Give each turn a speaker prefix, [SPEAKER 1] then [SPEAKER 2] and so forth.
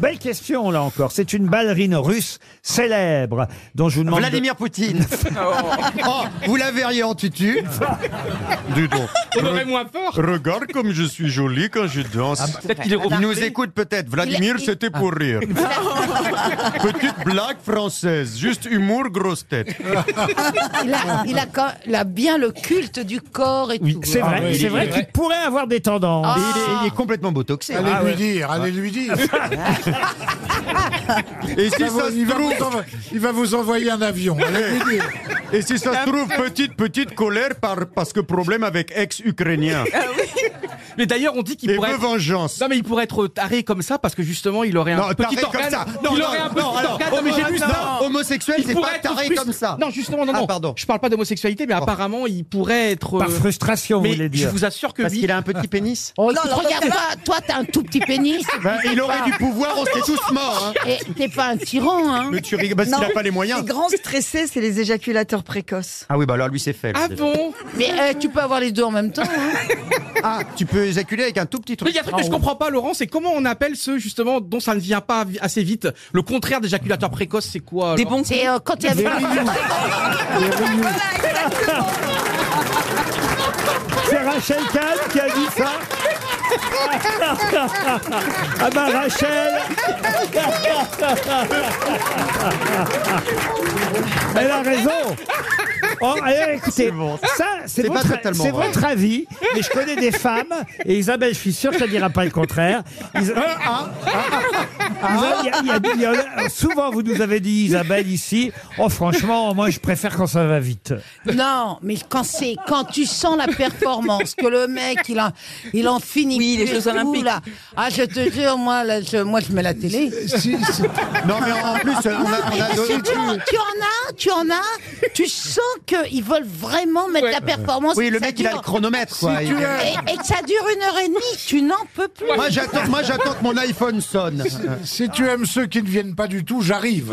[SPEAKER 1] Belle question, là encore. C'est une ballerine russe célèbre dont je vous demande... de-
[SPEAKER 2] Vladimir Poutine. Oh, vous la verriez en tutu.
[SPEAKER 3] Dis donc.
[SPEAKER 4] On aurait moins peur.
[SPEAKER 3] Regarde comme je suis jolie quand je danse.
[SPEAKER 4] Peut-être qu'il est
[SPEAKER 3] Il nous écoute peut-être. Vladimir, c'était pour rire. Petite blague française, juste humour, grosse tête.
[SPEAKER 5] Il a, il a quand- il a bien le culte du corps et
[SPEAKER 1] Oui,
[SPEAKER 5] tout.
[SPEAKER 1] c'est vrai, c'est vrai qu'il pourrait avoir des tendances.
[SPEAKER 5] Ah.
[SPEAKER 2] Et il, est, il est complètement botoxé.
[SPEAKER 6] Allez
[SPEAKER 1] Ah
[SPEAKER 6] lui
[SPEAKER 1] ouais.
[SPEAKER 6] dire, allez lui dire.
[SPEAKER 3] Et si
[SPEAKER 6] Ça
[SPEAKER 3] ça
[SPEAKER 6] va-
[SPEAKER 3] se
[SPEAKER 6] il, va
[SPEAKER 3] trouve,
[SPEAKER 6] vous envo- il va vous envoyer un avion. Allez lui dire.
[SPEAKER 3] et si ça se trouve, petite, petite colère par, parce que problème avec ex-ukrainien.
[SPEAKER 4] Mais d'ailleurs, on dit qu'il
[SPEAKER 3] Et
[SPEAKER 4] pourrait.
[SPEAKER 3] veut
[SPEAKER 4] Être...
[SPEAKER 3] vengeance.
[SPEAKER 4] Non, mais il pourrait être taré comme ça parce que justement, il aurait un
[SPEAKER 3] Non, taré
[SPEAKER 4] petit
[SPEAKER 3] comme
[SPEAKER 4] organe.
[SPEAKER 3] ça.
[SPEAKER 4] il
[SPEAKER 3] Non,
[SPEAKER 4] aurait
[SPEAKER 3] non,
[SPEAKER 4] un petit
[SPEAKER 3] non,
[SPEAKER 4] organe.
[SPEAKER 3] alors,
[SPEAKER 4] oh, mais j'ai vu
[SPEAKER 3] non,
[SPEAKER 4] ça.
[SPEAKER 2] homosexuel,
[SPEAKER 4] Il
[SPEAKER 2] c'est
[SPEAKER 4] pourrait
[SPEAKER 2] pas
[SPEAKER 4] être
[SPEAKER 2] taré
[SPEAKER 4] plus-
[SPEAKER 2] comme ça.
[SPEAKER 4] Non, justement, non,
[SPEAKER 2] Ah,
[SPEAKER 4] non.
[SPEAKER 2] pardon.
[SPEAKER 4] Je parle pas d'homosexualité, mais apparemment, il pourrait être.
[SPEAKER 1] Par
[SPEAKER 4] euh,
[SPEAKER 1] frustration, vous
[SPEAKER 4] Mais
[SPEAKER 1] voulez
[SPEAKER 4] je
[SPEAKER 1] dire.
[SPEAKER 4] vous assure que
[SPEAKER 2] Parce
[SPEAKER 4] oui.
[SPEAKER 2] qu'il a un petit pénis.
[SPEAKER 5] Oh, écoute, regarde pas, toi t'as un tout petit pénis
[SPEAKER 3] Ben, il aurait du pouvoir, on serait tous morts. hein.
[SPEAKER 5] et t'es pas un tyran, hein
[SPEAKER 3] Mais tu rigoles parce qu'il
[SPEAKER 7] Non.
[SPEAKER 3] n'a pas les moyens.
[SPEAKER 7] Les grands stressés, c'est les éjaculateurs précoces.
[SPEAKER 2] Ah oui, bah alors lui, c'est fait. lui,
[SPEAKER 4] Ah
[SPEAKER 2] déjà.
[SPEAKER 4] bon
[SPEAKER 5] Mais euh, tu peux avoir les deux en même temps. hein.
[SPEAKER 2] Ah, tu peux éjaculer avec un tout petit
[SPEAKER 4] Mais
[SPEAKER 2] truc.
[SPEAKER 4] il y a un truc que
[SPEAKER 1] Ah,
[SPEAKER 4] je comprends pas, Laurent, c'est comment on appelle ceux justement dont ça ne vient pas vi- assez vite. Le contraire d'éjaculateur précoce, c'est quoi alors
[SPEAKER 5] C'est euh, quand il y a
[SPEAKER 1] C'est Rachel Kahn qui a dit ça Ah bah Rachel Elle a raison Oh, alors, écoutez, ça, c'est
[SPEAKER 2] C'est pas
[SPEAKER 1] votre,
[SPEAKER 2] totalement
[SPEAKER 1] c'est
[SPEAKER 2] vrai.
[SPEAKER 1] votre avis, mais je connais des femmes, et Isabelle, je suis sûr qu'elle dira pas le contraire. Euh, ah, Ils- Isa- ah. il y a- il y a- il y a- souvent, vous nous avez dit, Isabelle, ici, oh franchement, moi je préfère quand ça va vite.
[SPEAKER 5] Non, mais quand c'est quand tu sens la performance, que le mec il en, il en finit.
[SPEAKER 7] Oui, les
[SPEAKER 5] plus et
[SPEAKER 7] Jeux
[SPEAKER 5] tout,
[SPEAKER 7] Olympiques.
[SPEAKER 5] Là. Ah, je te jure, moi, là, je, moi, je mets la télé.
[SPEAKER 6] Si, si.
[SPEAKER 3] Non, mais en plus, on a, on a donné.
[SPEAKER 5] Si tu, en, tu en as, tu en as, tu sens qu'ils veulent vraiment mettre la performance.
[SPEAKER 2] Oui,
[SPEAKER 5] et
[SPEAKER 2] le
[SPEAKER 5] que ça
[SPEAKER 2] mec, il a
[SPEAKER 5] dure-
[SPEAKER 2] le chronomètre, quoi.
[SPEAKER 6] Si
[SPEAKER 2] Il-
[SPEAKER 6] tu es-
[SPEAKER 5] Et, et que ça dure une heure et demie, tu n'en peux plus.
[SPEAKER 2] Moi, j'attends, moi, j'attends que mon iPhone sonne.
[SPEAKER 6] Si tu aimes ceux qui ne viennent pas du tout, j'arrive.